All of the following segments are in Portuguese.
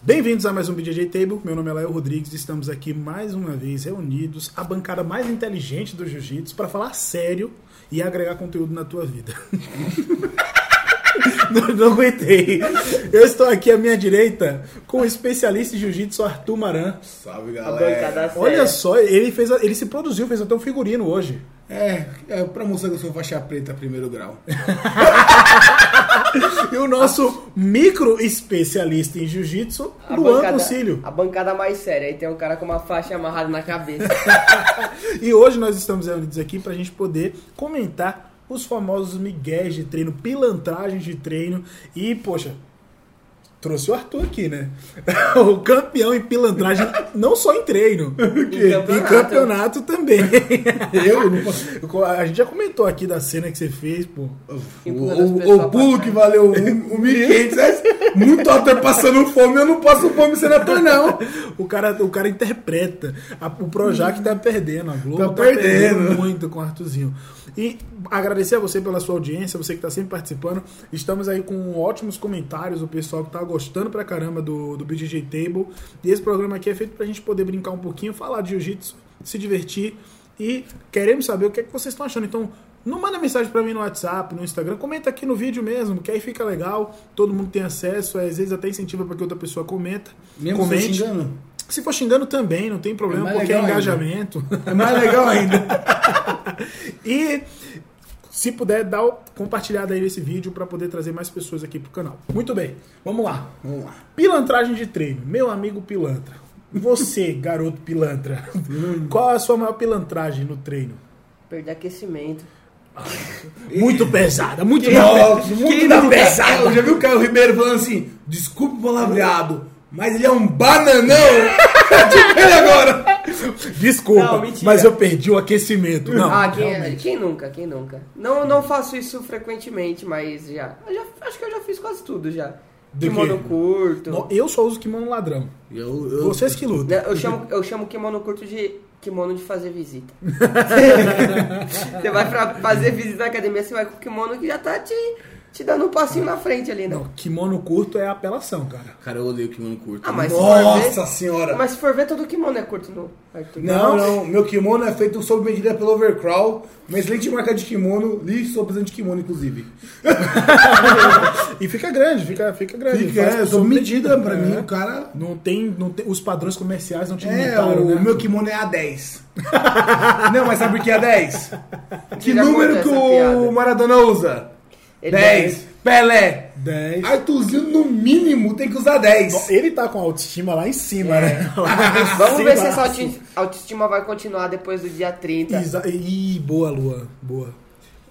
Bem-vindos a mais um BJJ Table. Meu nome é Léo Rodrigues e estamos aqui mais uma vez reunidos, a bancada mais inteligente do jiu-jitsu, para falar sério e agregar conteúdo na tua vida. não, não aguentei. Eu estou aqui à minha direita com o especialista em jiu-jitsu Arthur Maran. Salve, A galera. bancada séria. É. Olha só, ele, fez, a- ele se produziu, fez até um figurino hoje. É, é pra mostrar que eu sou faixa preta primeiro grau. E o nosso micro especialista em jiu-jitsu, A Luan bancada- Concílio. A bancada mais séria. Aí tem um cara com uma faixa amarrada na cabeça. E hoje nós estamos reunidos aqui para a gente poder comentar os famosos migués de treino, pilantragens de treino e, poxa, trouxe o Arthur aqui, né? o campeão em pilantragem, não só em treino, Em em campeonato também. Eu não posso. a gente já comentou aqui da cena que você fez, pô. O, Empurrando as o, pessoas o pulo pra que valeu um, um 1.500 reais, muito ator passando fome, eu não passo fome sendo ator, não. O cara, o cara interpreta. A- o Projac tá perdendo, a Globo Tá tá, perdendo. perdendo. muito com o Artuzinho. E agradecer a você pela sua audiência, você que tá sempre participando. Estamos aí com ótimos comentários, o pessoal que tá gostando pra caramba do, do BJJ Table. E esse programa aqui é feito pra gente poder brincar um pouquinho, falar de jiu-jitsu, se divertir. E queremos saber o que é que vocês estão achando. Então, não manda mensagem pra mim no WhatsApp, no Instagram, comenta aqui no vídeo mesmo, que aí fica legal, todo mundo tem acesso, às vezes até incentiva pra que outra pessoa comenta. Mesmo se eu comente. xingando. Se for xingando também, não tem problema, É mais porque é legal engajamento. É mais legal ainda. e se puder, dá o compartilhada aí nesse vídeo para poder trazer mais pessoas aqui pro canal. Muito bem, vamos lá. Vamos lá. Pilantragem de treino, meu amigo pilantra. Você, garoto pilantra, qual a sua maior pilantragem no treino? Perder aquecimento. Muito pesada, muito pesada. Nossa, muito dá muito pesado? pesado. Eu já vi o Caio Ribeiro falando assim: desculpa o palavreado, mas ele é um bananão. Tipo ele agora. Desculpa, Não, mentira. mas eu perdi o aquecimento. Não, ah, quem, realmente. quem nunca? Quem nunca? Não, não faço isso frequentemente, mas já. eu já- Acho que eu já fiz quase tudo já. Do Kimono quê? curto. No- Eu só uso kimono ladrão. Eu, eu, Vocês que lutam. Né, Eu chamo, eu chamo kimono curto de kimono de fazer visita. você vai pra fazer visita na academia, você vai com o kimono que já tá te, te dando um passinho na frente ali, né? Não, kimono curto é apelação, cara. Cara, eu odeio kimono curto. Ah, mas se for Nossa ver- senhora. Mas se for ver, todo kimono é curto no Arthur. Não, não. Meu kimono é feito sob medida pelo overcrawl. Uma excelente marca de kimono. Li sobre precisando de kimono, inclusive. E fica grande, fica, fica grande. Fica, Faz é, sob sob medida pra é. mim, o cara... Não tem, não tem- os padrões comerciais não te É, limitaram, o né? meu kimono é A10. não, mas sabe por que é A10? Que Já número contou que essa o piada. Maradona usa? Ele é 10. Pelé. 10. Arthurzinho, no mínimo, tem que usar 10. Ah, Ele tá com a autoestima lá em cima, né? Vamos ver se essa essa auti- autoestima vai continuar depois do dia 30. Ih, boa, Luan. Boa.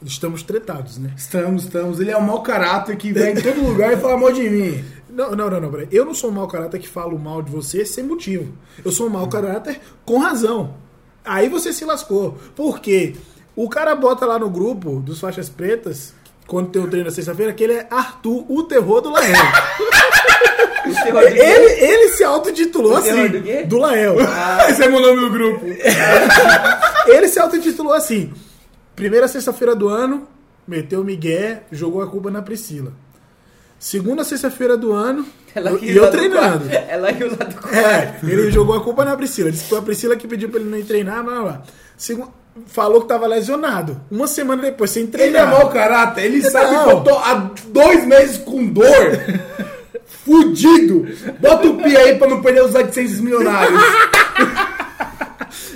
Estamos tretados, né? Estamos, estamos. Ele é o mau caráter que vem em todo lugar e fala mal de mim. Não, não, não, não, peraí. Eu não sou um mau caráter que falo mal de você sem motivo. Eu sou um mau caráter com razão. Aí você se lascou. Por quê? O cara bota lá no grupo dos faixas pretas, quando tem o treino na sexta-feira, que ele é Arthur, o terror do Lael. O terror de- ele, ele se autotitulou O terror assim. do quê? Do Lael. Esse é meu nome no grupo. Ele se autotitulou assim. Primeira sexta-feira do ano, meteu o Miguel, jogou a culpa na Priscila. Segunda sexta-feira do ano, Ela e riu lá eu do treinando. quarto. Ela riu lá do quarto. É, ele jogou a culpa na Priscila. Disse que foi a Priscila que pediu pra ele não ir treinar, blá, blá, blá. Segu- falou que tava lesionado. Uma semana depois, sem Ele treinar. é mau caráter, ele sabe Não. que eu tô há dois meses com dor. Fudido! Bota o pi aí pra não perder os 800 milionários.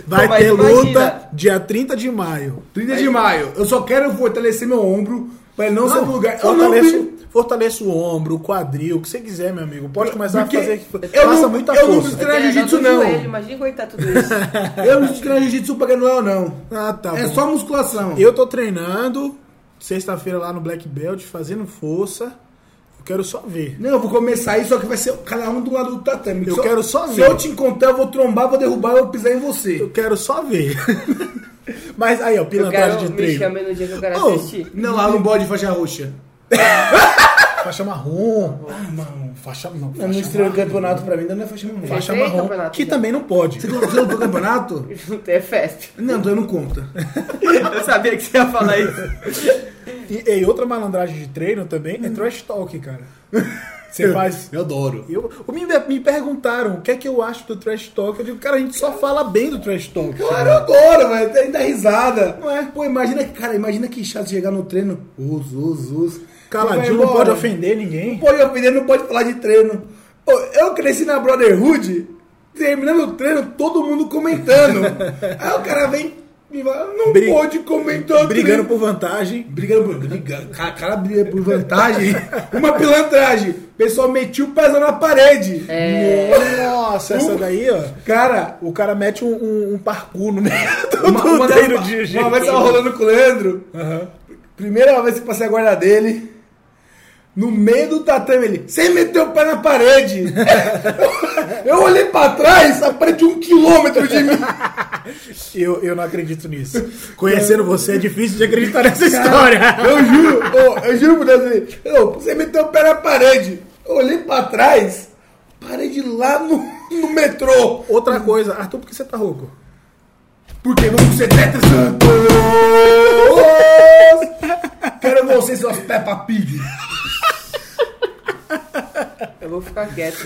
Vai Mas ter imagina. luta dia 30 de maio. 30 de maio, eu só quero fortalecer meu ombro pra ele não, é sair do lugar. Eu não Fortaleça, vi- fortaleça o ombro, o quadril, o que você quiser, meu amigo. Pode começar Porque a fazer. eu Faça não- muita eu não força. Não é jiu-jitsu, Treinador do não. joelho, Imagina aguentar tá tudo isso. Eu não estou treinando jiu-jitsu pra Ganuel, não. Ah, tá. É bom. só musculação. Eu tô treinando sexta-feira lá no Black Belt, fazendo força. Eu quero só ver. Não, eu vou começar aí, só que vai ser cada um do lado do tatame. Eu quero só Se ver. eu te encontrar, eu vou trombar, vou derrubar, eu vou pisar em você. Eu quero só ver. Mas aí, ó, Eu pilantragem quero de me treino. chamei no dia que eu quero Oh, assistir. Não, lá no bode faixa roxa. Faixa marrom. Ah, não. Faixa não. Não, não Faixa, estreou o campeonato pra mim, ainda não é faixa marrom. Faixa- faixa Tem marrom. campeonato Que já. também não pode. Você não do campeonato? Junto é festa. Não, então não conta. Eu sabia que você ia falar isso. E, e outra malandragem de treino também é trash talk, cara. Você faz. Eu adoro. Eu, me, me perguntaram o que é que eu acho do trash talk. Eu digo, cara, a gente só fala bem do trash talk. Claro, eu adoro, velho. Tem que dar risada. Não é? Pô, imagina, cara, imagina que chato chegar no treino. Us, us, us. Caladinho Vai não pode embora. ofender ninguém. Pô, e o Pereira não pode falar de treino. Pô, eu cresci na Brotherhood, terminando o treino, todo mundo comentando. Aí o cara vem e fala, não Bri- pode comentar. o Brigando treino. por vantagem. Brigando por... Brigando, cara, cara briga por vantagem. Uma pilantragem. O pessoal metiu o pezão na parede. É. É. Nossa, Uh. essa daí, ó. Cara, O cara mete um, um, um parkour no meio do, uma, do uma, das- treino uma, de uma vez jiu-jitsu. tava rolando com o Leandro. Aham. Primeira vez que passei a guarda dele. No meio do tatame, ele. Você meteu o pé na parede! eu olhei pra trás, a parede de um quilômetro de mim. Eu, eu não acredito nisso. Conhecendo você é difícil de acreditar nessa história. Eu juro, ô, eu juro por Deus. ele, "Ô, Você meteu o pé na parede. Eu olhei pra trás, parede lá no, no metrô. Outra coisa, Arthur, por que você tá rouco? Porque vamos ser Tetris Santos! Quero vocês, suas Peppa Pig. Eu vou ficar quieto.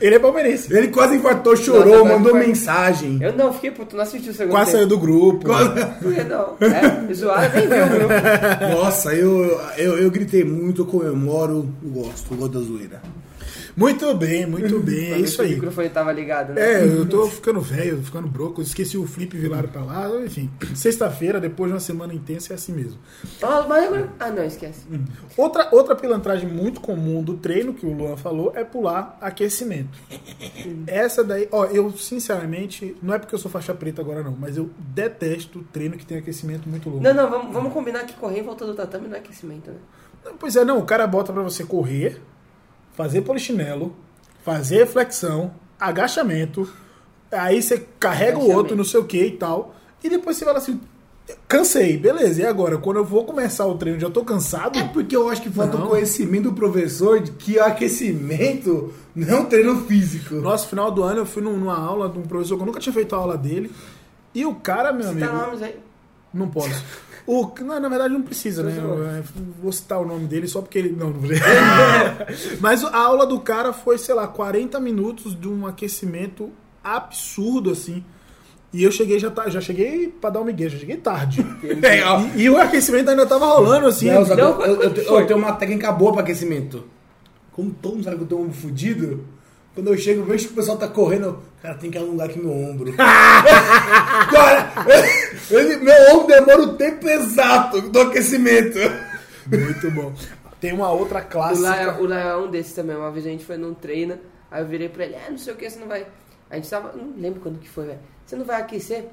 Ele é palmeirense. Ele quase infartou, chorou, Nossa, mandou vai- mensagem. Ah, Eu não, fiquei puto, não assisti o segundo Quase saiu do tempo. grupo. Eu não, é, zoaram, nem viu o grupo. Nossa, eu, eu, eu gritei muito, eu comemoro, eu gosto, eu gosto da zoeira. Muito bem, Uhum. muito bem. É isso O aí. microfone tava ligado, né? É, eu tô ficando velho, ficando broco. Esqueci o Flip Vilar pra lá. Enfim, sexta-feira, depois de uma semana intensa, é assim mesmo. Ah, mas agora... Ah, não, esquece. Outra, outra pilantragem muito comum do treino que o Luan falou é pular aquecimento. Essa daí, ó, eu sinceramente, não é porque eu sou faixa preta agora não, mas eu detesto treino que tem aquecimento muito longo. Não, não, vamos, vamos combinar que correr em volta do tatame não é aquecimento, né? Pois é, não, o cara bota pra você correr, fazer polichinelo, fazer flexão, agachamento, aí você carrega o Agachamento. outro, não sei o que e tal, e depois você fala assim, cansei, beleza, e agora? Quando eu vou começar o treino, já tô cansado? É porque eu acho que falta Não. o conhecimento do professor de que aquecimento não é um treino físico. Nossa, final do ano eu fui num- numa aula de um professor que eu nunca tinha feito a aula dele. E o cara, meu Você amigo. tá nomes aí. Não posso. O, não, na verdade não precisa, né? Não, não. Eu, eh, vou citar o nome dele só porque ele. Não, não vou. Mas a aula do cara foi, sei lá, 40 minutos de um aquecimento absurdo, assim. E eu cheguei já, ta- já cheguei pra dar um migué, já cheguei tarde. É, e, e o aquecimento ainda tava rolando, assim. Não, sabe, Não, eu, eu- mas- eu tenho uma técnica boa pra aquecimento. Como todo mundo sabe que eu tenho um ombro fudido, quando eu chego, eu vejo que o pessoal tá correndo, eu, cara, tem que alongar aqui meu ombro. cara, ele- meu ombro demora o tempo exato do aquecimento. Muito bom. Tem uma outra O classe. Laia, o Laia é um desses também. Uma vez a gente foi num treino, aí eu virei pra ele, ah, não sei o que, você não vai. A gente tava. Não lembro quando que foi, velho. Você não vai aquecer?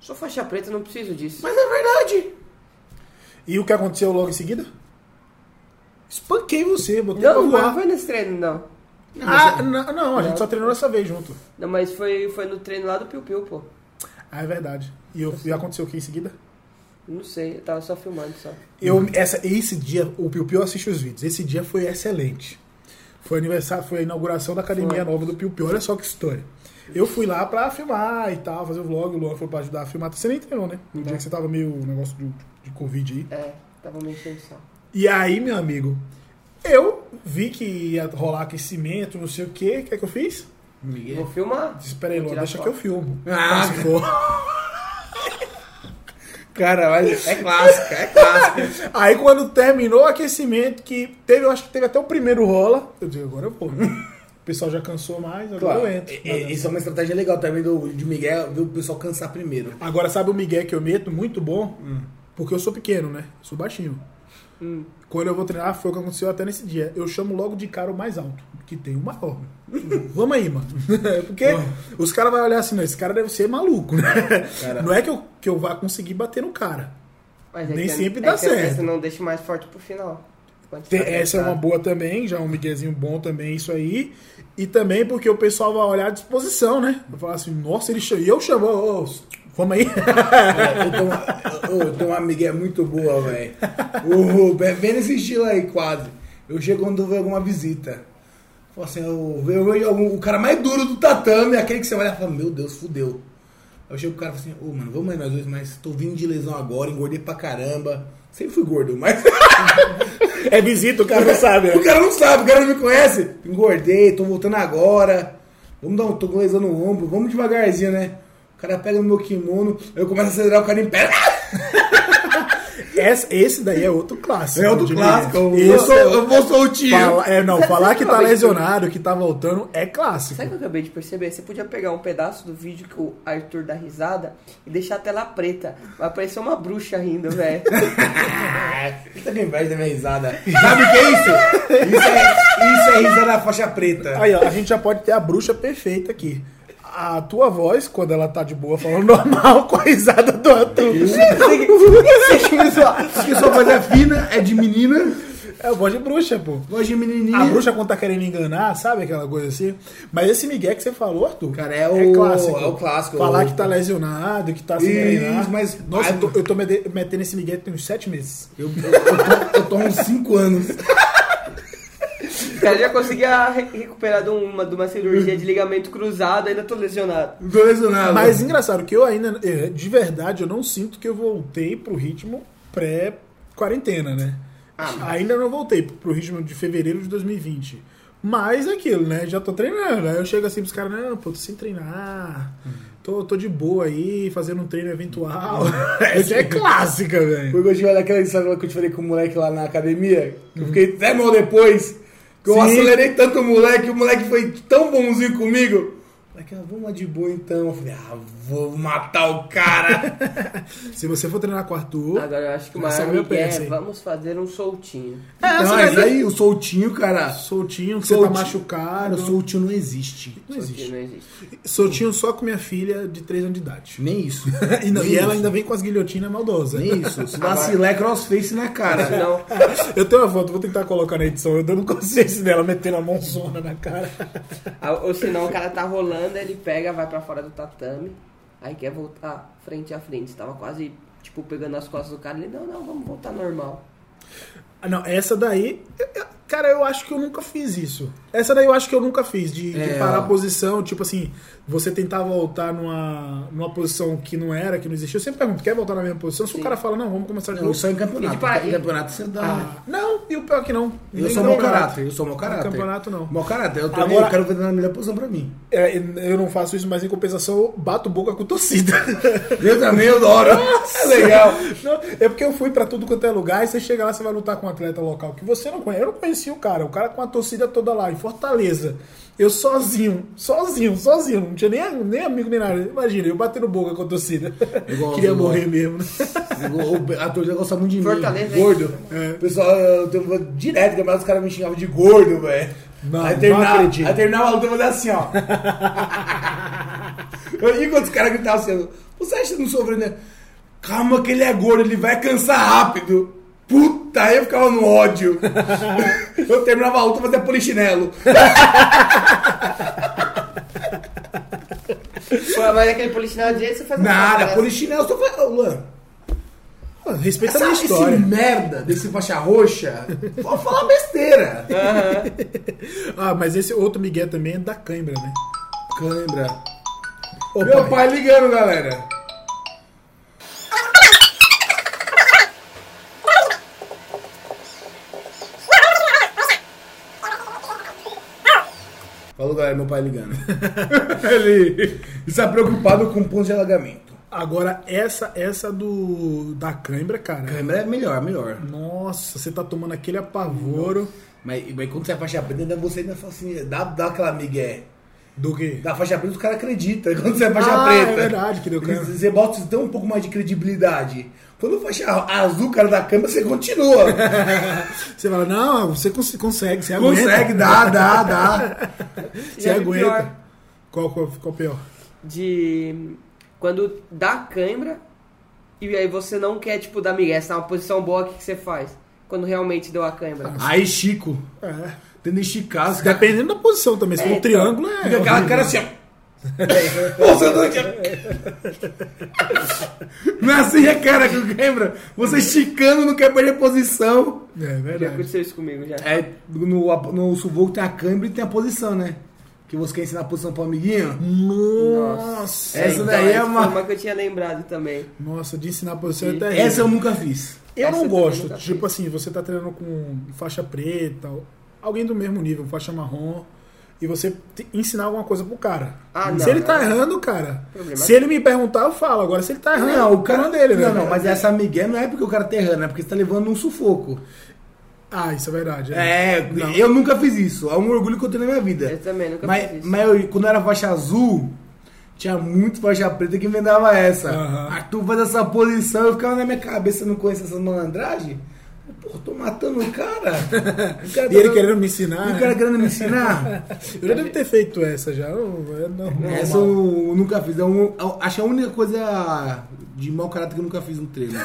Sou faixa preta, não preciso disso. Mas é verdade. E o que aconteceu logo em seguida? Espanquei você, botei pra não, voar. não foi nesse treino, não. é- Ah, não, não, a gente só treinou dessa vez junto. Não, mas foi, foi no treino lá do Piu Piu, pô. Ah, é verdade. E, eu- e aconteceu o que em seguida? Não sei, eu tava só filmando só. Uhum. Eu, essa, esse dia, o Piu Piu assiste os vídeos. Esse dia foi excelente. Foi aniversário, foi a inauguração da academia nova do Piu Piu. Olha só que história. Eu fui lá pra filmar e tal, fazer o vlog. O Luan foi pra ajudar a filmar. Você nem treinou, né? No dia que você tava meio negócio de, de Covid aí. É, tava mexendo só. E aí, meu amigo, eu vi que ia rolar aquecimento, não sei o quê. O que é que eu fiz? É. Vou filmar. Espera aí, Vou Luan, tirar deixa foto. que eu filmo. Ah, se for. Cara, mas é clássica, é clássica. Aí quando terminou o aquecimento, que teve, eu acho que teve até o primeiro rola, eu digo, agora eu vou. O pessoal já cansou mais, agora Claro, eu entro. e- e- isso é uma estratégia legal também do, de Miguel, ver o pessoal cansar primeiro. Agora sabe o Miguel que eu meto muito bom? Hum. Porque eu sou pequeno, né? Sou baixinho. Quando eu vou treinar, foi o que aconteceu até nesse dia. Eu chamo logo de cara o mais alto, que tem o maior. Hum. Vamos aí, mano. Porque os caras vão olhar assim, não, esse cara deve ser maluco, né? Cara. Não é que eu, que eu vá conseguir bater no cara. Mas é Nem que a- sempre é dá que às vezes certo. Você não deixa mais forte pro final. Quando Tem- você tá essa é uma cansado. boa também, já um miguezinho bom também, isso aí. E também porque o pessoal vai olhar a disposição, né? Vai falar assim, nossa, ele chamou. E eu chamo, ô, ô, vamos aí. Eu tenho uma, eu- eu tenho uma amiga é muito boa, velho. Uh, vem nesse estilo aí, quase. Eu chego quando vem alguma visita. Falo assim, eu, eu vejo algum- o cara mais duro do tatame, aquele que você olha e fala, meu Deus, fudeu. Aí eu chego pro cara e falo assim, ô mano, vamos aí nós dois, mas tô vindo de lesão agora, engordei pra caramba. Sempre fui gordo, mas. É visita, o cara não sabe. o né? cara não sabe, o cara não me conhece. Engordei, tô voltando agora. Vamos dar um. Tô com lesão no ombro, vamos devagarzinho, né? O cara pega no meu kimono, eu começo a acelerar o cara em pé. Essa- Esse daí é outro clássico. É outro de clássico. Mineiro. Eu, Esse sou, eu vou soltinho. Fala- é, não, Sabe falar que que eu tá acabei de- lesionado, que tá voltando, é clássico. Sabe o que eu acabei de perceber? Você podia pegar um pedaço do vídeo que o Arthur dá risada e deixar a tela preta. Vai aparecer uma bruxa rindo, velho. Você tá com inveja da minha risada. Sabe o que é isso? Isso é, isso é risada da faixa preta. Aí, ó, a gente já pode ter a bruxa perfeita aqui. A tua voz, quando ela tá de boa, falando normal, com a risada do Arthur. Porque sua voz é fina, é de menina, É a voz de bruxa, pô. voz de menininha. A bruxa quando tá querendo enganar, sabe aquela coisa assim? Mas esse Miguel que você falou, Arthur, Cara, é o- clássico. é o clássico. Falar O- que tá lesionado, que tá sem Isso, treinar. mas- Nossa, Ah, eu tô, eu tô mede- metendo esse Miguel tem uns sete meses. Eu, eu, eu tô, eu tô há uns 5 anos. O cara já conseguia re- recuperar de uma, de uma cirurgia de ligamento cruzado, ainda tô lesionado. Não tô lesionado. Mas engraçado que eu ainda, eh, de verdade, eu não sinto que eu voltei pro ritmo pré-quarentena, né? ainda não voltei pro ritmo de fevereiro de 2020. Mas é aquilo, né? Já tô treinando. Aí eu chego assim pros caras, não, pô, tô sem treinar. Tô, tô de boa aí, fazendo um treino eventual. Essa é clássica, velho. Foi quando eu tive aquela história que eu te falei com o moleque lá na academia, que eu fiquei até mal depois, que eu Sim. acelerei tanto o moleque, o moleque foi tão bonzinho comigo. O Moleque, ah, vamos lá de boa então. Eu falei, ah, vou matar o cara. Se você for treinar com o Arthur. Agora eu acho que o Essa maior é a minha migué peça, é hein? vamos fazer um soltinho. É, Não, mas aí o soltinho, cara. Soltinho, que soltinho. você tá machucado. Cara, o soltinho não existe. Não Porque existe. não existe. Soltinho só com minha filha de 3 anos de idade. Nem isso. E, não- Nem e ela isso. ainda vem com as guilhotinas maldosas. Nem isso. Se vacilar é crossface na cara. Não, Eu tenho uma foto, vou tentar colocar na edição, eu dando consciência dela, metendo a mãozona na cara. a- ou senão o cara tá rolando, ele pega, vai pra fora do tatame, aí quer voltar frente a frente. Tava quase, tipo, pegando as costas do cara. Ele, não, não, vamos voltar normal. Ah, não, essa daí. eu- eu- cara, eu acho que eu nunca fiz isso. Essa daí eu acho que eu nunca fiz, de, de É, parar ó. a posição, tipo assim, você tentar voltar numa, numa posição que não era, que não existia. Eu sempre pergunto, quer voltar na mesma posição? Se o cara fala, não, vamos começar de Não, é novo. só em campeonato. E de parar- Em campeonato você dá. Ah, não, e o pior que não. eu Nem sou mau campeonato. caráter. Eu sou mau caráter. Campeonato não. Mau caráter. Eu também Agora- eu quero ver na melhor posição pra mim. É, eu não faço isso, mas em compensação eu bato boca com torcida. Eu também adoro. É legal. Não, é porque eu fui pra tudo quanto é lugar e você chega lá, você vai lutar com um atleta local que você não conhece. Eu não conhecia o cara, o cara com a torcida toda lá, em Fortaleza. Eu sozinho, sozinho, sozinho, não tinha nem, nem amigo nem nada. Imagina, eu batendo boca com a torcida. Igual, Queria igual. morrer mesmo. né? O ator já gosta muito de mim. É. Fortaleza, hein? Gordo. O Pessoal, eu tava direto, mas os caras me xingavam de gordo, velho. Não, aí terminava, não acredito. Aí terminava a luta, eu fazia assim, ó. Eu- e quando os caras gritavam assim, você acha que não sofreu, né? Calma que ele é gordo, ele vai cansar rápido. Puta, aí eu ficava no ódio. eu terminava a luta, fazia polichinelo. Pô, mas aquele polichinelo direito você faz um Nada, negócio. polichinelo, só foi... Ô, Luan, Pô, Respeita a minha essa- é história. esse merda desse faixa roxa, pode falar besteira. Ah, mas esse outro Miguel também é da cãibra, né? Cãibra. Ô, Meu pai, pai ligando, galera. Falou, galera, meu pai ligando. Ele está preocupado com ponto de alagamento. Agora, essa essa do da cãibra, cara. Câmera é melhor, melhor. Nossa, você tá tomando aquele apavoro Mas, mas quando você é faixa preta, ainda você ainda fala assim, dá, dá aquela migué. do quê? Da faixa preta, os caras acreditam. Quando você é faixa Ah, preta. é verdade que deu câmera. Eles- Você bota, você tem um pouco mais de credibilidade. Quando faixa azul, cara da câmera, você continua. Você fala, não, você cons- consegue, você aguenta. Consegue, dá, dá, dá. Você Já vi aguenta. pior. Qual, qual, qual pior? de quando dá cãibra e aí você não quer, tipo, dar migué, você tá uma posição boa, o que, que você faz? Quando realmente deu a cãibra. Aí, Chico. É. Tendo esticar, os caras. Dependendo da posição também. Se for um É, triângulo, é. Fica aquela cara assim, ó. Você tá não quer- Não é assim a cara que lembra? Você esticando, não quer perder a posição. É Já verdade. aconteceu isso comigo já. É, no, no suvoco tem a câimbra e tem a posição, né? Que que você quer ensinar a posição pro amiguinho? Nossa! Essa daí é Então, essa uma- foi que eu tinha lembrado também. Nossa, de ensinar a posição é Sim. terrível. Essa eu nunca fiz. Eu Essa não eu gosto. também nunca Tipo assim, você tá treinando com faixa preta, alguém do mesmo nível, faixa marrom, e você te- ensinar alguma coisa pro cara. Ah, não. se ele tá errando, cara. Problema Se ele me perguntar, eu falo. Agora, se ele tá errando, Não, o cara é dele, né? Não, não, mas essa migué não é porque o cara tá errando, é porque você tá levando um sufoco. Ah, isso é verdade. É, Não. eu nunca fiz isso. É um orgulho que eu tenho na minha vida. Eu também nunca mas, fiz isso. Mas eu- quando eu era faixa azul, tinha muito faixa preta que inventava essa. Aham. Arthur faz essa posição, eu ficava na minha cabeça, não conheço essas malandragens. Pô, tô matando o cara. O cara E ele tá- querendo me ensinar. E o cara né? querendo me ensinar. Eu já devo ter feito essa já. Não, é normal. Essa eu nunca fiz. É um- eu acho a única coisa de mau caráter que eu nunca fiz no treino.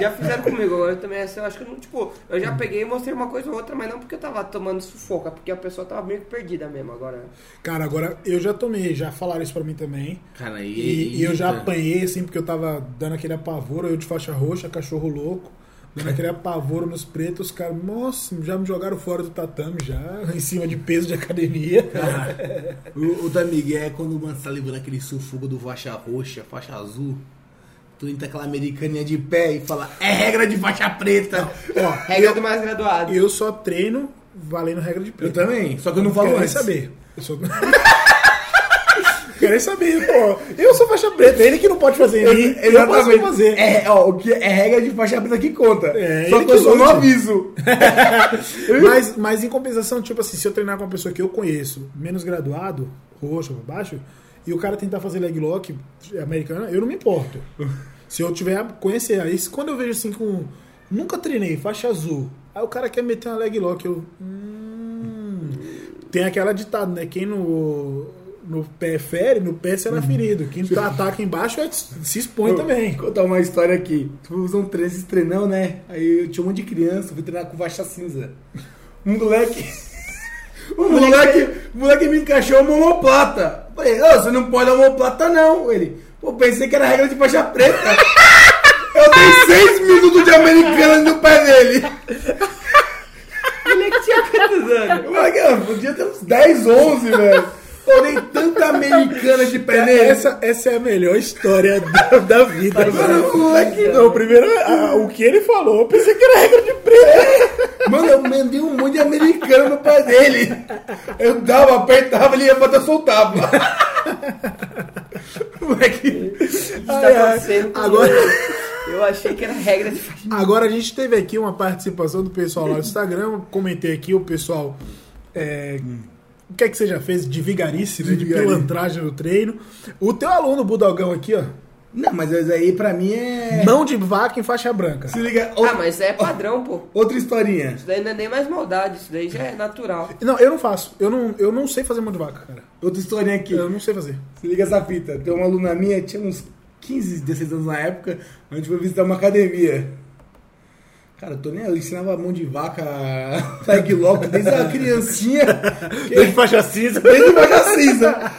Já fizeram comigo, agora eu também essa eu acho que eu não, tipo, eu já peguei e mostrei uma coisa ou outra, mas não porque eu tava tomando sufoco, é porque a pessoa tava meio que perdida mesmo agora. Cara, agora eu já tomei, já falaram isso pra mim também. Cara, E, e eu já irrita. apanhei, assim, porque eu tava dando aquele apavoro, eu de faixa roxa, cachorro louco, dando aquele apavoro nos pretos, os caras, nossa, já me jogaram fora do tatame já, em cima de peso de academia. O, o da Miguel é quando o Mano tá levando aquele sufoco do faixa roxa, faixa azul. Tu entra aquela americaninha de pé e fala, é regra de faixa preta. Ó, Regra do mais graduado. eu só treino valendo regra de Eu preto. também, só que eu não falo Quero nem antes. saber. Eu sou... Quero nem saber, pô. Eu sou faixa preta, ele que não pode fazer em Eu, mim, eu não posso exatamente. fazer. É, ó, o que é regra de faixa preta que conta. É, só ele que eu que só não lute. aviso. mas, mas em compensação, tipo assim, se eu treinar com uma pessoa que eu conheço, menos graduado, roxo ou baixo, e o cara tentar fazer leg lock americana, eu não me importo. Se eu tiver a conhecer. Aí se- quando eu vejo assim com. Nunca treinei, faixa azul. Aí o cara quer meter uma leg lock, eu. Hum, tem aquela ditado, né? Quem no. No pé fere, no pé será ferido. Quem ataca embaixo é- se expõe também. Vou contar uma história aqui. Tu São três esse treinão, né? Aí eu tinha um monte de criança, eu fui treinar com faixa cinza. Um moleque. O moleque, o moleque me encaixou uma homoplata. Eu Falei, ô, você não pode homoplata, não. Ele, pô, pensei que era regra de faixa preta. Eu dei seis minutos de americana no pé dele. Ele é que tinha quantos anos? O moleque, ah, podia ter uns 10, 11, velho. Eu dei tanta americana de pé nele. Essa, essa é a melhor história da, da vida, mano. Mano, o é moleque Não, primeiro, a- o que ele falou, eu pensei que era regra de preto. Mano, eu mandei um monte de americano no pé dele. Eu dava, apertava, ele ia botar, soltava. Moleque. O que tá Ai, ai. acontecendo comigo? Agora- Eu achei que era regra de faixa. Agora, a gente teve aqui uma participação do pessoal lá no Instagram. eu Comentei aqui, o pessoal. é, o que é que você já fez de vigarice, né, de Vigarice. pilantragem no treino? O teu aluno, o Budalgão, aqui, ó. Não, mas isso aí pra mim é. Mão de vaca em faixa branca. Se liga. Ah, outra- mas isso aí é padrão, pô. Outra historinha. Isso daí não é nem mais maldade, isso daí já é natural. Não, eu não faço. Eu não, eu não sei fazer mão de vaca, cara. Outra historinha aqui. Ah. Eu não sei fazer. Se liga essa fita. Tem uma aluna minha, tinha uns 15, 16 anos na época, a gente foi visitar uma academia. Cara, eu tô nem. Eu ensinava a mão de vaca, leg lock, desde a criancinha. De faixa cinza. Desde faixa cinza.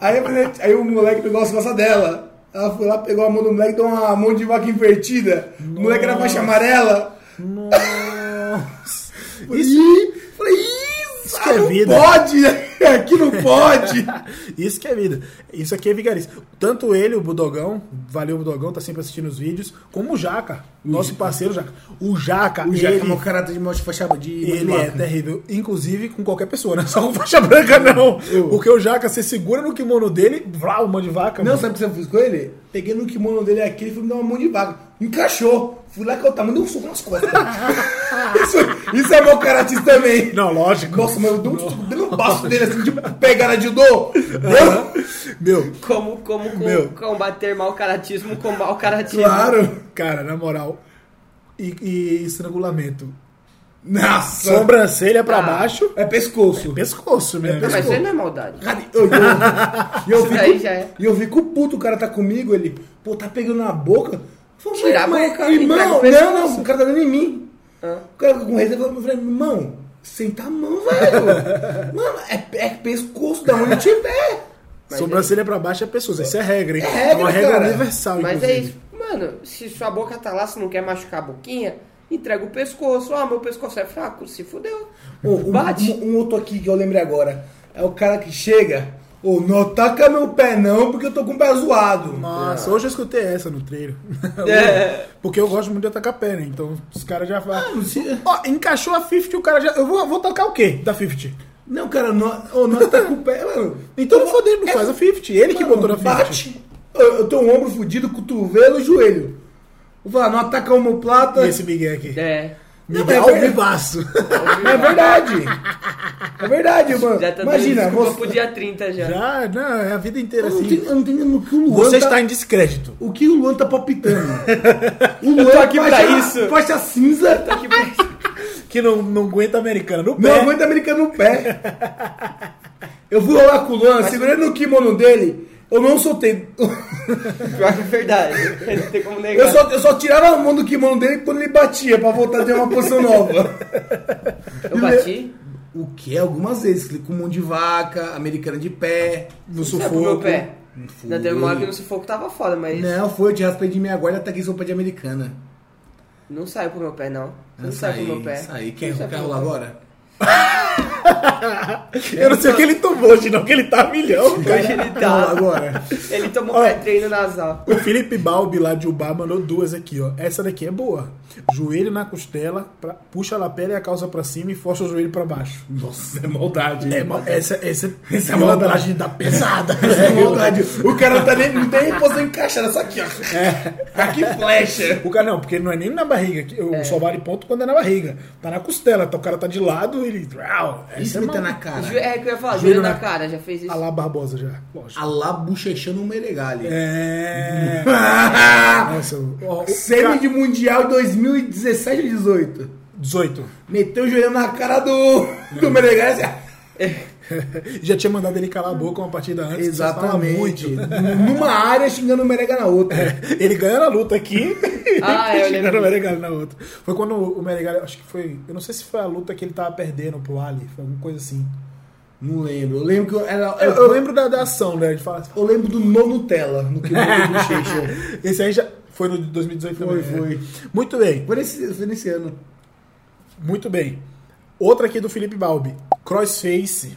Aí, a mulher- aí o moleque pegou as costas dela. Ela foi lá, pegou a mão do moleque, deu uma mão de vaca invertida. O moleque era faixa amarela. Nossa. Isso, Ih, falei, "Ih, Isso ah, que é não vida." pode, né? aqui não pode. Isso que é vida. Isso aqui é vigarista. Tanto ele, o Budogão, valeu Budogão, tá sempre assistindo os vídeos, como o Jaca, nosso parceiro Jaca. O Jaca, O ele, Jack é mau caráter de mão de faixa de mão de ele é vaca. terrível. Inclusive com qualquer pessoa, né? Só com faixa branca não. Eu. Porque o Jaca, você segura no kimono dele, vrau, mão de vaca. Não, mano. sabe o que eu fiz com ele? Peguei no kimono dele aqui, ele foi me dar uma mão de vaca. Encaixou. Fui lá que eu tava, deu um soco nas costas. isso, isso é mau caráter também. Não, lógico. Nossa, mas eu dei um, soco, dei um baço dele assim, de pegar de judô. Deu- Meu, Como, como, com- Meu. combater mau caratismo com mau caratismo. Claro. cara, na moral. E, e estrangulamento. Nossa. Sobrancelha pra Ah. baixo, É pescoço. pescoço mesmo. Não, mas isso aí não é maldade. Cara, eu, eu, e eu Isso daí fico, já é. e eu fico puto, o cara tá comigo, ele, pô, tá pegando na boca. Eu falo, Tira a mas, boca, entrega irmão, o pescoço. não, não, o cara tá dando em mim. Ah. O cara fica com reserva, eu falei, irmão, senta a mão, velho. Mano, é, é pescoço da onde tiver. Mas Sobrancelha pra baixo é pescoço. Isso é regra, hein? É regra, uma regra cara. universal, Mas é inclusive. isso, mano. Se sua boca tá lá, se não quer machucar a boquinha, entrega o pescoço. Ah, meu pescoço é fraco, se fudeu. Ô, um, Bate. um- um outro aqui que eu lembrei agora. É o cara que chega. Ô, não taca meu pé não, porque eu tô com o pé zoado. Nossa, hoje eu escutei essa no trailer. É. Porque eu gosto muito de atacar pé, né? Então os caras já falam. não sei. Ó, encaixou a 50, o cara já. Eu vou, vou tacar o quê da 50? Não, cara, não, ô, não tá com o pé. Mano, Então eu não vou- fodeu, não é, faz a 50. Ele que mano, botou na 50. Bate. Eu, eu tenho um ombro fudido, cotovelo e joelho. Vou falar, não ataca o meu plata. E esse Miguel aqui. É. Não, Miguel mas é ao verdade. vivaço. É verdade. É verdade, mano. Já tá Imagina, dando desculpa você, pro dia 30 já. Já, não, é a vida inteira eu, não assim. tenho, eu não tenho no que o Luan Você tá- está em descrédito. O que o Luan tá palpitando? O Luan tô aqui faixa- pra isso. Faixa cinza. Tá aqui pra- Que não, não aguenta americano no Meu pé. aguenta americano no pé. Eu fui rolar com o Luan, segurando o kimono dele, eu não soltei. Pior que é verdade. Não tem como negar. Eu só, eu só tirava a mão do kimono dele quando ele batia, pra voltar a ter uma posição nova. Eu bati. O que? é Algumas vezes. Clica com mão de vaca, americana de pé. No Isso é pro meu sufoco. pé. Foi. Na teve uma hora que no sufoco tava foda, mas não, Não, foi, eu te raspei de minha guarda, ataquei sopa de americana. saiu pro meu pé, não. Não, saiu pro meu pé. Saí. Quer Não saiu quer pro rolar meu pé. agora? Eu não sei o que ele tomou hoje, não, que ele tá a milhão. cara. Hoje ele Rola tá. agora. Ele tomou Olha. pré-treino nasal. O Felipe Balbi lá de Ubá mandou duas aqui, ó. Essa daqui é boa. Joelho na costela, pra- puxa a lapela e a calça pra cima e força o joelho pra baixo. Nossa, é maldade. É, ma- essa, essa, Essa essa é maldade. malandragem da pesada. É maldade. O cara não, tá nem, não tem nem posição encaixada, só aqui, ó. É. Aqui flecha. O cara não, porque não é nem na barriga. que Eu Só vale ponto quando é na barriga. Tá na costela. Então o cara tá de lado, ele. Uau, essa Isso é me mal- tá na cara. Ju- É que eu ia falar, Joelho joelho na na- cara, já fez A isso. lá Barbosa já, lógico. Alá bochechando um meregali. É. Nossa, ó, Semi de Mundial 2017 e 18. 18. Meteu o joelho na cara do, do meregali. assim, Já tinha mandado ele calar a boca uma partida antes. que já fala Exatamente. muito. Numa área xingando o meregali na outra. Ele ganhou na luta aqui Ah, e eu xingando lembro o Meregali na outra. Foi quando o Meregali, acho que foi. Eu não sei se foi a luta que ele tava perdendo pro Ali, foi alguma coisa assim. Não lembro. Eu lembro que eu era. Eu, Eu, eu lembro da, da ação, né? De falar assim, eu lembro do nono tela no que eu lembro do bochecha. Esse aí já foi no de 2018 Foi, também. né? foi. Muito bem, Foi nesse, foi nesse ano. muito bem. Outra aqui é do Felipe Balbi. Crossface.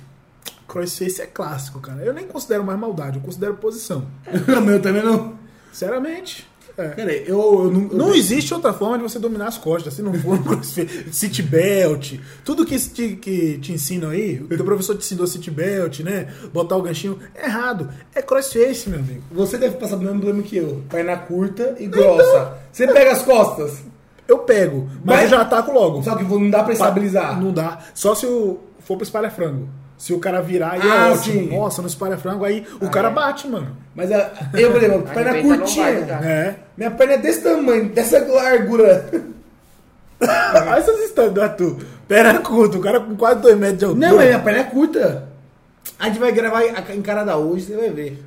Crossface é clássico, cara. Eu nem considero mais maldade, eu considero posição. Não, mas eu também não. Sinceramente. é. Peraí, eu, eu não. eu- Não existe outra forma de você dominar as costas, se não for um crossfit. City Belt, tudo que te, que te ensinam aí, o teu professor te ensinou City Belt, né? Botar o ganchinho. É errado. É crossface, meu amigo. Você deve passar pelo mesmo problema que eu. Perna curta e grossa. Você pega as costas. Eu pego, mas, Mas- eu já ataco logo. Só que não dá pra estabilizar. Não dá. Só se o for pro espalha-frango. Se o cara virar, aí Ah, é ótimo. sim. Ah, é. Nossa, no espalha-frango, aí o cara bate, mano. Mas a- eu, por exemplo, perna Arrebenta a curtinha. lombar, tá? É. Minha perna é desse tamanho, dessa largura. Olha essas histórias do Arthur. Pera curto, o cara com quase 2 metros de altura. Não, mas minha perna é curta. A gente vai gravar a- encarada hoje, você vai ver.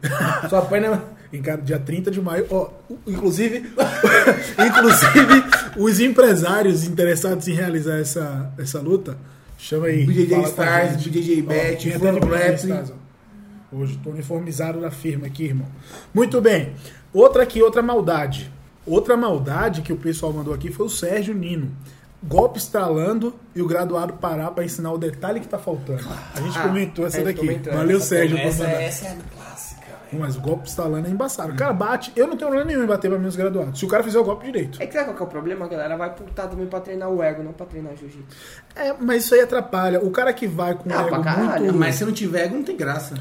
Sua perna. é Em cara, dia 30 de maio. Ó, inclusive, inclusive, os empresários interessados em realizar essa, essa luta, chama aí. BJJ fala com Stars, a gente. BJJ Bet, vem até Fulano de BJJ Wrestling. Stars, ó. Hoje, tô uniformizado da firma aqui, irmão. Muito bem. Outra aqui, outra maldade. Outra maldade que o pessoal mandou aqui foi o Sérgio Nino. Golpe estralando e o graduado parar pra ensinar o detalhe que tá faltando. A gente comentou essa Ah, a gente daqui. comentou Valeu, essa. Sérgio, por mandar. é a clássica, velho. Não, Mas o golpe estalando é embaçado. O cara bate. Eu não tenho problema nenhum em bater pra meus graduados. Se o cara fizer o golpe direito. É que sabe qual que é o problema? A galera vai putar também pra treinar o ego, não pra treinar jiu-jitsu. É, mas isso aí atrapalha. O cara que vai com Ah, ego pra caralho. muito. Mas se não tiver, não tem graça.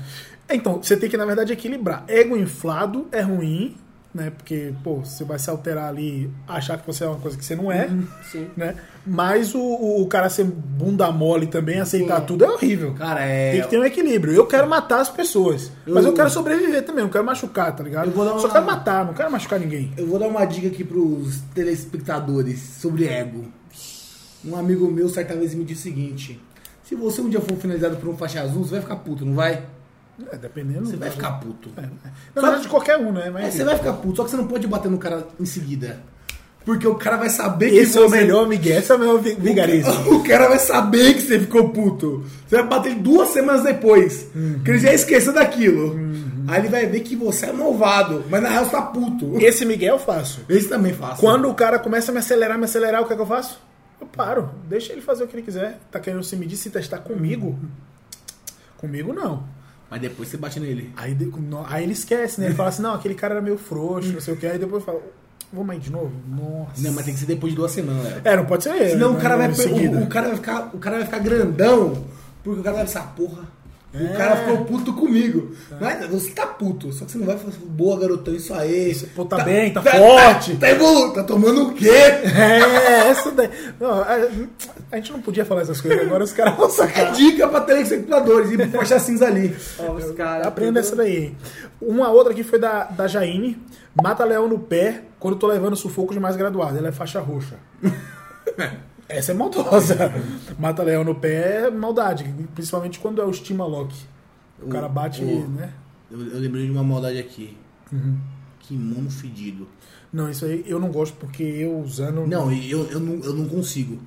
É, Então, você tem que, na verdade, equilibrar. Ego inflado é ruim, né? Porque, pô, você vai se alterar ali, achar que você é uma coisa que você não é, Uhum. Sim. né? Mas o, o, o cara ser bunda mole também, aceitar Sim. tudo, é horrível. Cara, Tem é. que ter um equilíbrio. Eu quero matar as pessoas. Mas Eu- eu quero sobreviver também. Eu quero machucar, tá ligado? Eu vou dar Só uma- quero matar, não quero machucar ninguém. Eu vou dar uma dica aqui pros telespectadores sobre ego. Um amigo meu certa vez me disse o seguinte: se você um dia for finalizado por um faixa azul, você vai ficar puto, não vai? É, dependendo. Você É, vai ficar puto. Na verdade, de qualquer um, né? Mas, É, você vai ficar puto, só que você não pode bater no cara em seguida. Porque o cara vai saber que Esse é o você- melhor, Miguel. Esse é o melhor vi- vigarismo. O cara vai saber que você ficou puto. Você vai bater ele duas semanas depois. Uhum. Porque ele já esqueceu daquilo. Aí ele vai ver que você é malvado. Mas na real você tá puto. Esse Miguel eu faço. Esse também é faz. Quando o cara começa a me acelerar, me acelerar, o que é que eu faço? Eu paro. Deixa ele fazer o que ele quiser. Tá querendo se medir, se testar comigo? Comigo não. Mas depois você bate nele. Aí, de- no- aí ele esquece, né? Ele fala assim, não, aquele cara era meio frouxo, não sei o que. Aí depois fala, vamos aí de novo? Nossa. Não, mas tem que ser depois de duas semanas, Léo. É, não pode ser ele. Senão o né? cara, vai, Em pe- seguida. o, o cara vai ficar, o cara vai ficar grandão, porque o cara vai pensar, porra, É. o cara ficou puto comigo. Mas você tá puto, só que você não vai falar, assim, boa garotão, isso aí. Pô, tá bem, tá forte. Tá, evolu- tá tomando o quê? É, essa daí. Não, a, a gente não podia falar essas coisas agora, os caras vão É sacar. dica pra telespectadores e pra achar cinza ali. Ó, os caras. Aprenda essa tudo- daí. hein? Uma outra aqui foi da, da Jaine. Mata leão no pé quando tô levando sufoco de mais graduado. Ela é faixa roxa. Essa é maldosa. Mata leão no pé é maldade, principalmente quando é o Stima Lock. O cara bate, o- né? Eu, eu lembrei de uma maldade aqui. Uhum. Kimono fedido. Não, isso aí eu não gosto porque eu usando. Não, eu, eu, não, eu não consigo.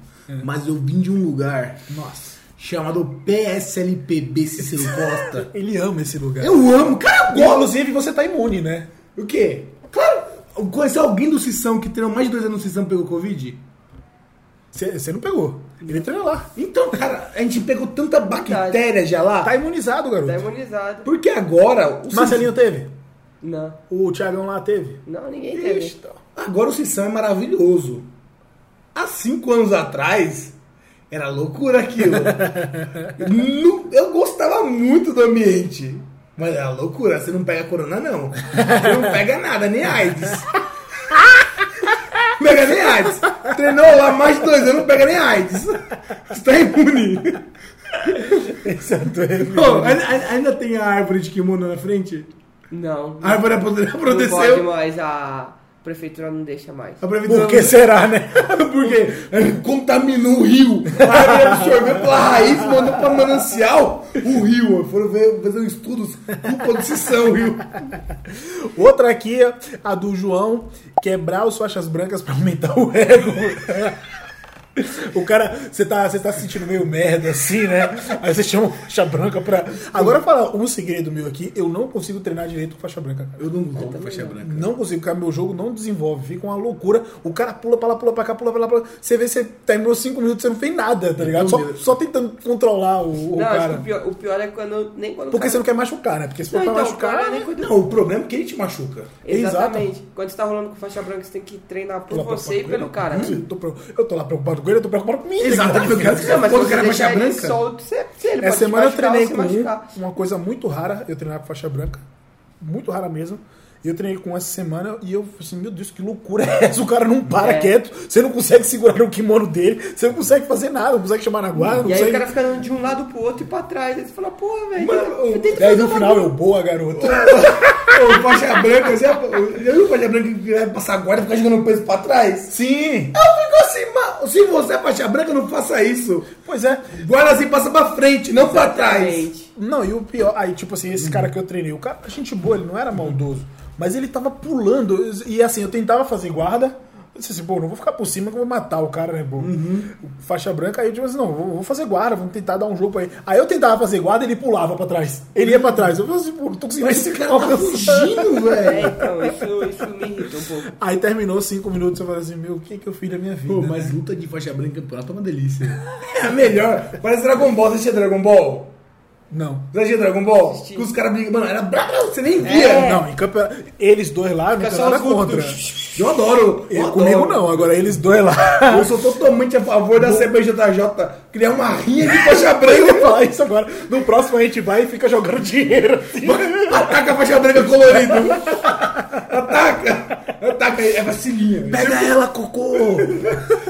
Mas eu vim de um lugar Nossa. chamado PSLPB Cicero Costa. Ele ama esse lugar. Eu amo, cara, eu gosto. Inclusive, você tá imune, né? O quê? Claro, conhecer alguém do Sissão que treinou mais de dois anos no Sissão e pegou Covid? Você você não pegou. Ele treina lá. Então, cara, a gente pegou tanta bactéria já lá. Tá imunizado, garoto. Tá imunizado. Porque agora o Marcelinho teve? Não. O Thiagão lá teve? Não, ninguém teve. então. Sissão- agora o Sissão é maravilhoso. Há cinco anos atrás, era loucura aquilo. Não- eu gostava muito do ambiente. Mas era loucura, você não pega corona, não. Você não pega nada, nem AIDS. Não pega nem AIDS. Treinou lá mais de dois anos, não pega nem AIDS. Você tá imune. Pô, ainda, ainda tem a árvore de kimono na frente? Não. A árvore é apode- Não pode apodreceu. mais, a prefeitura não deixa mais. A prefeitura- Por que será, né? Por quê? eh, Contaminou o rio. A árvore absorveu pela raiz, mandou pra manancial o rio. Foram ver- fazer um estudos culpa do Sissão, o rio. Outra aqui, é a do João, quebrar os faixas brancas pra aumentar o ego. O cara, você tá, você tá se sentindo meio merda assim, né? Aí você chama uma faixa branca pra. Agora fala um segredo meu aqui: eu não consigo treinar direito com faixa branca, cara. Eu não gosto faixa branca. Não consigo, cara. Meu jogo não desenvolve, fica uma loucura. O cara pula pra lá, pula pra cá, pula pra lá, pula. Você vê, você terminou cinco minutos, você não fez nada, tá ligado? Só, só tentando controlar o, o não, acho cara. que o pior, o pior é quando. Nem quando o Porque cara- você não quer machucar, né? Porque se for Não, pra então, o machucar. cara né? nem cuida- Não, o problema é que ele te machuca. Exatamente. Quando você tá rolando com faixa branca, você tem que treinar por Tô lá você e preocupado pelo com ele. cara. Hum, tô pre- Eu tô lá preocupado com ele, eu tô preocupado comigo. Exatamente, eu quero que Não, mas Quando se o cara você é faixa deixar ele branca- solto, você, você- Essa ele pode te semana eu machucar ou treinei se com um, machucar. uma coisa muito rara, eu treinar com faixa branca, muito rara mesmo. E Eu treinei com essa semana e eu falei assim, meu Deus, que loucura é essa? O cara não para É. quieto, você não consegue segurar o kimono dele, você não consegue fazer nada, não consegue chamar na guarda, não E aí o consegue... cara fica andando de um lado pro outro e pra trás. Aí você fala, porra, velho. Mano, eu tenho que E aí fazer no uma final eu, boa garota. Ô, faixa branca, você, é eu vi o faixa branca que vai passar agora e ficar jogando peso pra trás. Sim! Eu fico assim, mano. Se você é faixa branca, não faça isso. Pois é. Guarda assim, passa pra frente, não pra trás. Exatamente. Não, e o pior, aí tipo assim, esse cara que eu treinei, o cara, gente boa, ele não era maldoso, mas ele tava pulando, e assim, eu tentava fazer guarda, eu disse assim, pô, não vou ficar por cima que eu vou matar o cara, né, pô? Uhum. Faixa branca, aí eu disse assim, não, vou, vou fazer guarda, vamos tentar dar um jogo aí. Aí eu tentava fazer guarda, ele pulava pra trás, ele ia pra trás, eu falei assim, pô, não tô conseguindo esse cara tá Fugindo, É, velho. então, isso, isso me irrita um pouco. Aí terminou cinco minutos, eu falei assim, meu, o que que eu fiz da minha vida? Pô, mas luta de faixa branca campeonato é uma delícia. É a melhor. Parece Dragon Ball. Você assistia Dragon Ball? Não. Você assistia Dragon Ball? Assisti. Que os caras brigam. Mano, era brabo, você nem via. É. Não, em campeonato, eles dois lá, no Fica campeonato era os vultos contra. do- Eu adoro. Eu Eu- Comigo adoro. não, agora eles dois lá. Eu sou totalmente a favor da CBJJ criar uma rinha de faixa Eu ia branca. falar isso agora. No próximo a gente vai e fica jogando dinheiro. assim. Ataca a faixa branca colorido. Ataca. Ataca. É vacilinha. Pega ela, cocô!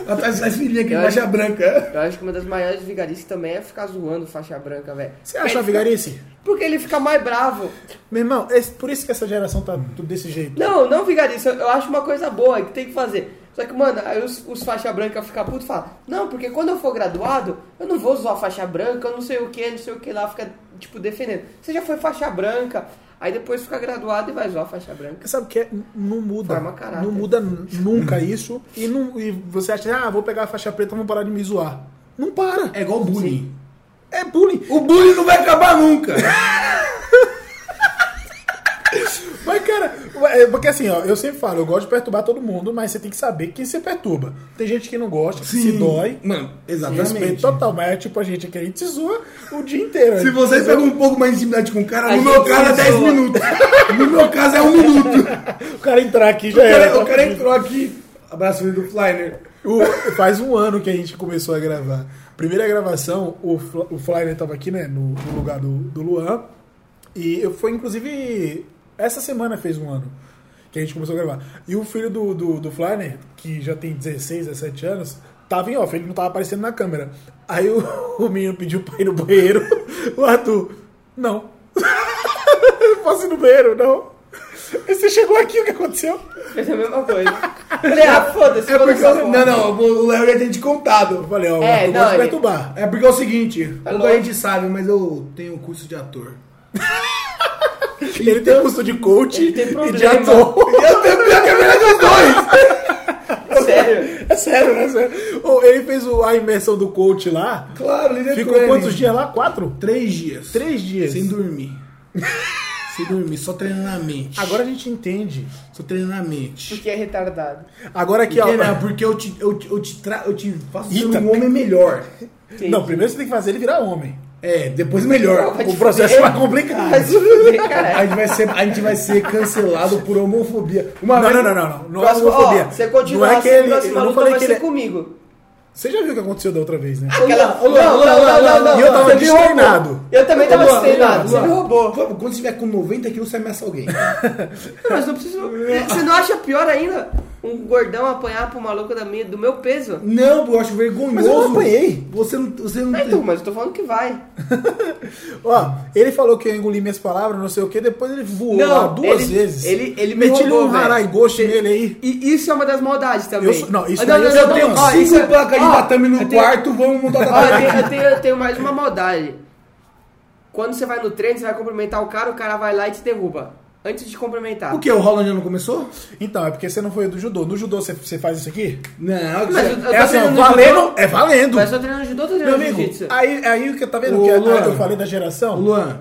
Ataca as filhinhas aqui, faixa branca. Eu acho que uma das maiores vigarices também é ficar zoando faixa branca, velho. Você acha vigarice? Porque ele fica mais bravo. Meu irmão, é por isso que essa geração tá tudo desse jeito. Não, não vigarice. Eu, eu acho uma coisa boa que tem que fazer. Só que, mano, aí os, os faixa branca ficam putos e falam, não, porque quando eu for graduado, eu não vou zoar faixa branca, eu não sei o que, não sei o que lá, fica, tipo, defendendo. Você já foi faixa branca, aí depois fica graduado e vai zoar faixa branca. Sabe o que é? N- Não muda. Forma caráter. Não muda n- nunca isso. E, não, e você acha, ah, vou pegar a faixa preta, vou parar de me zoar. Não para. É igual bullying. É bullying. O bullying não vai acabar nunca. Mas, cara, é porque assim, ó, eu sempre falo, eu gosto de perturbar todo mundo, mas você tem que saber quem você perturba. Tem gente que não gosta, que se dói. Mano, Respeito exatamente. total, mas é tipo a gente aqui, a gente se zoa o dia inteiro. Se você pega um pouco mais de intimidade com o cara, Aí no meu você caso é 10 zoa. minutos. No meu caso é um minuto. O cara entrar aqui O já era. cara, o cara entrou aqui. Abraço filho do Flyner. O- faz um ano que a gente começou a gravar. Primeira gravação, o, Fla- o Flyer tava aqui, né? No, no lugar do, do Luan. E eu foi, inclusive, essa semana fez um ano que a gente começou a gravar. E o filho do, do, do Flyer, que já tem 16, 17 anos, tava em off, ele não tava aparecendo na câmera. Aí o, o menino pediu pra ir no banheiro. O Arthur, não. Eu posso ir no banheiro, não. Aí Você chegou aqui, o que aconteceu? Fez a mesma coisa. Falei, ah, foda-se, É vou porque. nessa porra. Não, não, o Léo já tem te contado. Eu falei, ó, É, Arthur não, gosta de ele- perturbar. É porque é o seguinte, pouca louco. gente sabe, mas eu tenho curso de ator. Ele tem custo de coach um Ele tem e problema. de ator. Eu tenho pior que a melhor dos dois! Sério. É sério, né? Sério. Ô, Ele fez o- a imersão do coach lá. Claro, ele Ficou quantos dias lá? Quatro? Três dias. é Três dias. Sem dormir. Sem dormir, só treinando a mente. Agora a gente entende. Só treinando a mente. Porque é retardado. Agora aqui, ó. Porque, né, porque eu te, eu, te- eu te, tra... eu te faço ser Eita. um homem melhor. Entendi. Não, primeiro você tem que fazer ele virar homem. É, depois melhor. Vai O te processo é fuder. mais complicado. Vai se fuder, caralho. A gente, vai ser, a gente vai ser cancelado por homofobia. Uma Não, vez- não, não, não, não. Não é Próximo, homofobia. ó, você continua não é que ele. assim, Eu próxima não luta falei vai que ser ele. é- comigo. Você já viu o que aconteceu da outra vez, né? Aquela... Ô, Luan, ô, Luan, Luan, Luan, e eu tava Ah, você me roubou. destreinado. Eu também tava Ô, Luan, destreinado, você Luan, me roubou. Quando você estiver com 90 quilos, você ameaça alguém. Não, Mas não precisa. Você não acha pior ainda um gordão apanhar pro maluco da minha, do meu peso? Não, pô, eu acho vergonhoso. Mas eu não apanhei. Você não. Você não Não, então, mas eu tô falando que vai. Ó, ele falou que eu engoli minhas palavras, não sei o que, depois ele voou Não, lá duas ele- vezes. ele- ele me Meti-lhe roubou, um velho. harai gosto nele aí. E isso é uma das maldades também. Eu sou- não, isso Ah, daí eu só tenho ó, Cinco isso é- placas de ó, tatame no eu tenho- quarto, vamos um tá montar ó, eu, tatame. tenho, eu tenho- eu tenho mais uma maldade. Quando você vai no treino, você vai cumprimentar o cara, o cara vai lá e te derruba. Antes de cumprimentar. O que? O Holland já não começou? Então, é porque você não foi do judô. No judô você, você faz isso aqui? Não, Mas É eu- eu assim, tô ó, treinando valendo, Tá judô. é valendo. Mas eu tô treinando judô, eu tô Meu treinando amigo, jiu-jitsu. aí, aí o que tá vendo Ô, que a- Luan. que eu falei da Ô, geração? Luan,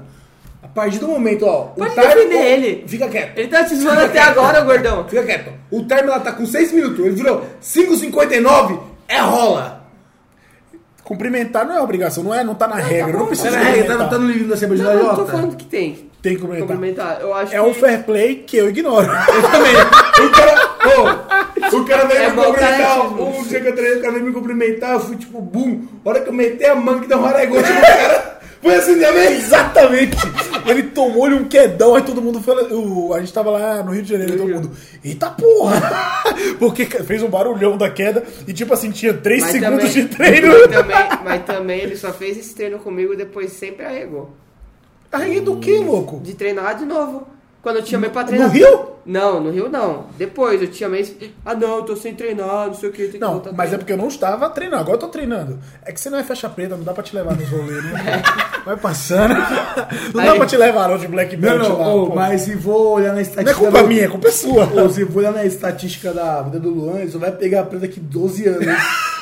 a partir do momento, ó. o Pode Tarmo- defender ele. Fica quieto. Ele tá te zoando até agora, gordão. Fica quieto. O Termo ela tá com 6 minutos. Ele virou 5,59. É rola. Cumprimentar não é obrigação, não é? Não tá na regra, não bom, precisa Pera aí, tá, cumprimentar. tá no livro da Semana de Não, eu não tô Lajota? falando que tem. Tem que cumprimentar. Cumprimentar. Eu acho É um que- fair play que eu ignoro. Eu também. O cara, pô, o cara veio É me bom, cumprimentar. cara, é Um dia que eu treinei, o cara veio me cumprimentar. Eu fui tipo, bum. A hora que eu meti a manga que deu um aragão, tipo, o cara. Foi assim também. Exatamente. Ele tomou-lhe um quedão, aí todo mundo foi. o- a gente tava lá no Rio de Janeiro, todo mundo. Eita porra! Porque fez um barulhão da queda e, tipo assim, tinha 3 Mas segundos de também- treino. Mas também, mas também ele só fez esse treino comigo e depois sempre arregou. Aí Tá do que, louco? De treinar de novo. Quando eu te chamei pra treinar. Rio? Não, no Rio não. Depois eu te chamei. Ah, não, eu tô sem treinar, não sei o que. Tem que Não, voltar a mas é treinar. porque eu não estava treinando, agora eu tô treinando. É que você não é faixa preta, não dá pra te levar nos rolês, né? Vai passando. Não dá Aí- pra te levar não, de Black Não, Belt não, lá, ô, pô. mas se for olhar na Não é estatística. culpa do- minha, é culpa sua. Ô, se for olhar na estatística da vida do Luan, ele só vai pegar a preta daqui 12 anos.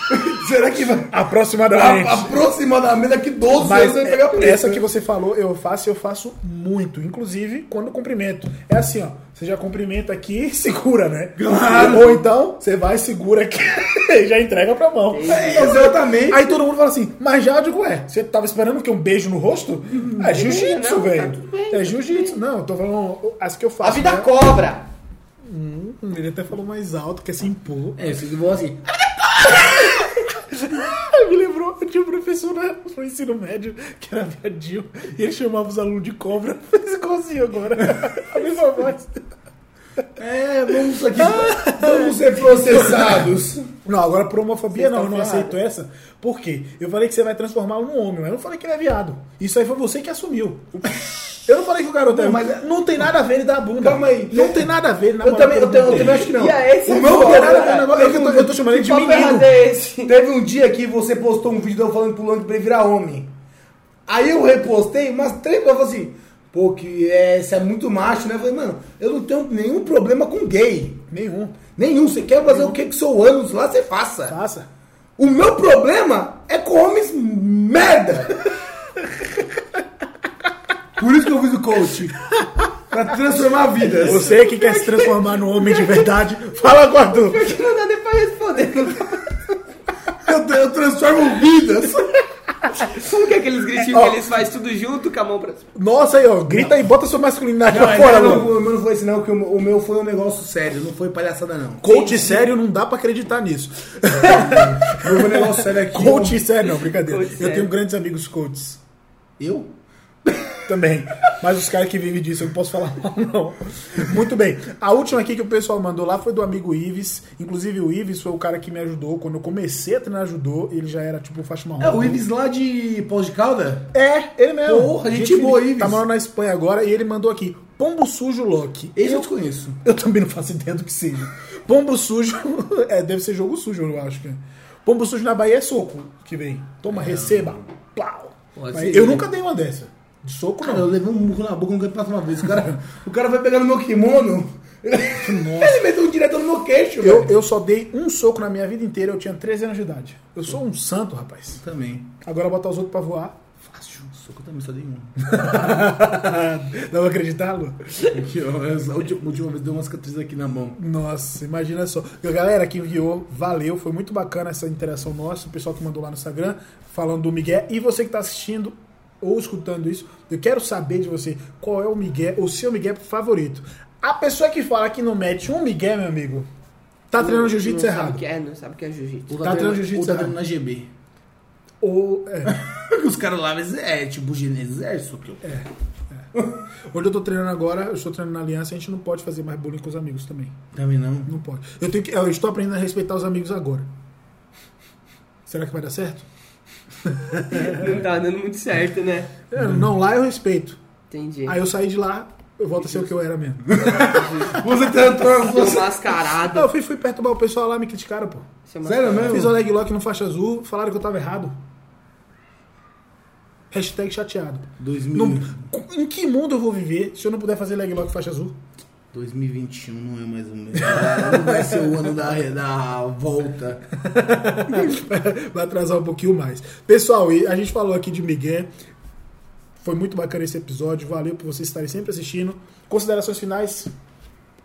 Será que vai. Aproximadamente. A, aproximadamente daqui 12 anos Mas é, ele vai pegar a preta. né? essa que você falou, eu faço e eu faço muito. Inclusive, quando cumprimento. É assim, ó. Você já cumprimenta aqui e segura, né? Claro. Ou então, você vai, segura aqui e já entrega pra mão. Exatamente. Aí todo mundo fala assim, mas já eu digo, ué, você tava esperando que um beijo no rosto? É jiu-jitsu, não, tá velho. tudo bem, tá é tudo jiu-jitsu. Não, eu tô falando as que eu faço. A vida né? cobra! Hum, Ele até falou mais alto, assim, quer se impor. É, vocês vão assim. Ai, me lembrou, eu tinha um professor na- no ensino médio que era vadio e ele chamava os alunos de cobra. Fez igualzinho agora. A mesma voz. É, vamos aqui. vamos ser processados. Não, agora por homofobia Vocês não, eu tão não aceito ferrados. essa. um Por quê? Eu falei que você vai transformá-lo num homem, mas eu não falei que ele é viado. Isso aí foi você que assumiu. Eu não falei que o garoto é Não, ruim. mas- Não tem nada a ver ele dar a bunda. Calma aí. é- Não tem nada a ver ele na Eu também, eu, também, eu também acho que não. E aí, esse o é meu foda, não tem nada a ver, cara. não. Eu, tô- eu tô chamando ele de Que papo menino. errado é esse? Teve um dia que você postou um vídeo de eu falando pro Lang pra ele virar homem. Aí eu repostei, mas três pessoas falaram assim, pô, que é, você é muito macho, né? Eu falei, mano, eu não tenho nenhum problema com gay. Nenhum. Nenhum. Você quer fazer o que com seu ânus lá, você faça. Passa. O meu problema é com homens merda. Por isso que eu fiz o coach. Pra transformar vidas. Você que quer se transformar num homem de verdade, fala com a Du. Porque não dá nem pra responder. Eu, eu transformo vidas. Como que é aqueles gritinhos Ó. que eles fazem tudo junto com a mão pra cima? Nossa aí, ó. Grita e bota sua masculinidade Não, pra ainda fora, não, mano. o meu não foi esse não, que o meu- o meu foi um negócio sério, não foi palhaçada não. Coach sério não dá pra acreditar nisso. O meu um negócio sério aqui. Coach sério não, brincadeira. Coach Eu sério. tenho grandes amigos coaches Eu? também. Mas os caras que vivem disso, eu não posso falar mal, não. Muito bem. A última aqui que o pessoal mandou lá foi do amigo Ives. Inclusive, o Ives foi o cara que me ajudou. Quando eu comecei a treinar judô, ele já era tipo faixa marrom. É o Ives lá de Pós de Calda? É, ele mesmo. Porra, gente boa, Ives. Tá morando na Espanha agora e ele mandou aqui. Pombo sujo Loki. Esse eu desconheço. Eu também não faço ideia do que seja. Pombo sujo. É, deve ser jogo sujo, eu acho. que. é. Pombo sujo na Bahia é soco que vem. Toma, receba. Plau. É. Pode Mas ser. eu nunca dei uma dessa. De soco, Cara, eu não. levei um murro na boca no campeonato uma vez. O cara, o cara vai pegar no meu kimono. Ele meteu um direto no meu queixo, Eu, velho. eu só dei um soco na minha vida inteira, eu tinha 13 anos de idade. Eu sou um santo, rapaz. Também. Agora botar os outros pra voar. Fácil. Soco eu também só dei um. Não vai acreditar, Lu? é A última, última vez deu uma cicatriz aqui na mão. Nossa, imagina só. Galera que enviou, valeu, foi muito bacana essa interação nossa, o pessoal que mandou lá no Instagram falando do Miguel e você que tá assistindo ou escutando isso, eu quero saber de você qual é o Miguel, o seu Miguel favorito. A pessoa que fala que não mete um Miguel, meu amigo, tá treinando jiu-jitsu Não sabe o errado. que É, não sabe o que é jiu-jitsu. Ou Tá treinando treinando- jiu-jitsu, ou tá né? treinando na GB. Ou, é, Os caras lá, mas é tipo exército. Que eu... onde eu tô treinando agora, eu estou treinando na Aliança, a gente não pode fazer mais bullying com os amigos também. Também não. Não pode. Eu, tenho que, eu estou aprendendo a respeitar os amigos agora. Será que vai dar certo? Não tá dando muito certo, né? É, Não, lá eu respeito. Entendi. Aí eu saí de lá, eu volto a ser o que eu era mesmo. Você tá tentou Seu você... Não, um mascarado. eu fui, fui perturbar o pessoal lá, me criticaram, pô. Seu Sério mascarado. mesmo? Fiz o leg lock no faixa azul, falaram que eu tava errado. Hashtag chateado. 2000. Não- em que mundo eu vou viver se eu não puder fazer leg lock faixa azul? 2021 não é mais o mesmo. Não vai ser o ano da, da volta. Vai atrasar um pouquinho mais. Pessoal, e a gente falou aqui de Miguel. Foi muito bacana esse episódio. Valeu por vocês estarem sempre assistindo. Considerações finais?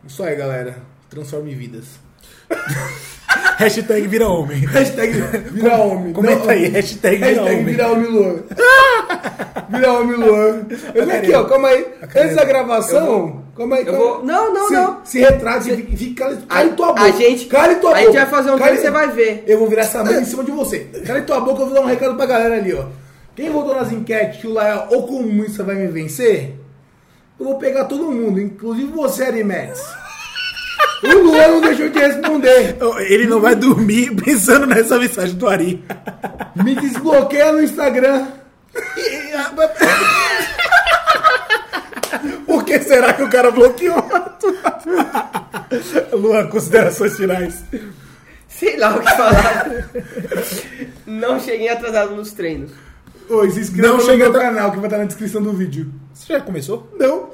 Isso aí, galera. Transforme vidas. Hashtag vira homem. Hashtag vira homem. Comenta Não, aí, hashtag vira Hashtag homem. vira homem Luan. Vira homem Luan. Olha aqui, ó. Calma aí. Antes da gravação... Calma aí. Eu calma aí. vou- Não, não, se, não. Se retrate. Fica, fica, cala- cala A- tua boca. a gente- Cala tua a boca. gente vai fazer um Cala- vídeo e você vai ver. Eu vou virar essa mesa em cima de você. Cala tua boca, eu vou dar um recado pra galera ali, ó. Quem votou nas enquetes que o Lael ou comunista vai me vencer, eu vou pegar todo mundo, inclusive você, Arimedes. O Luan não deixou de responder. Ele não vai dormir pensando nessa mensagem do Ari. Me desbloqueia no Instagram. Por que será que o cara bloqueou? Luan, considerações finais. Sei lá o que falar. não cheguei atrasado nos treinos. Oi, se inscreva Não no chega meu até- canal que vai estar na descrição do vídeo. Você já começou? Não.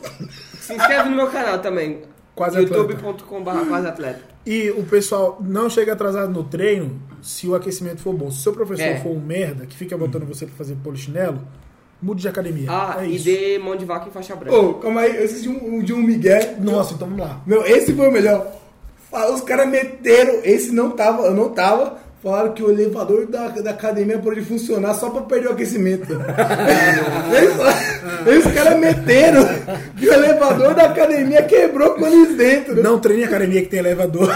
Se inscreve no meu canal também. Quase youtube.com.br quase atleta. E o pessoal não chega atrasado no treino se o aquecimento for bom. Se o seu professor É. for um merda que fica botando você pra fazer polichinelo, mude de academia. Ah, é e isso. dê mão de vaca em faixa branca. É Ô, calma aí, eu assisti um, um de um Miguel. Nossa, então vamos lá. Não, esse foi o melhor. Fala, Os caras meteram. Esse não tava, eu não tava. Falaram que o elevador da, da academia pode funcionar só pra perder o aquecimento. Eles- Os caras meteram que o elevador da academia quebrou com eles dentro. Não treine em academia que tem elevador.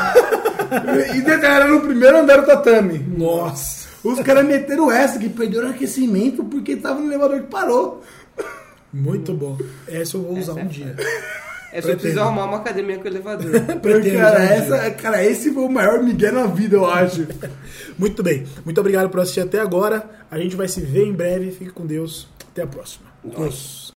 E detalharam no primeiro andar do tatame. Nossa. Os caras meteram essa, que perderam o aquecimento porque tava no elevador que parou. Muito bom. Essa eu vou usar um dia. é só preciso pretendo. arrumar uma academia com elevador. Pretendo cara, usar um dia. essa, cara, esse foi o maior Miguel na vida, eu acho. Muito bem. Muito obrigado por assistir até agora. A gente vai se ver em breve. Fique com Deus. Até a próxima. Nossa.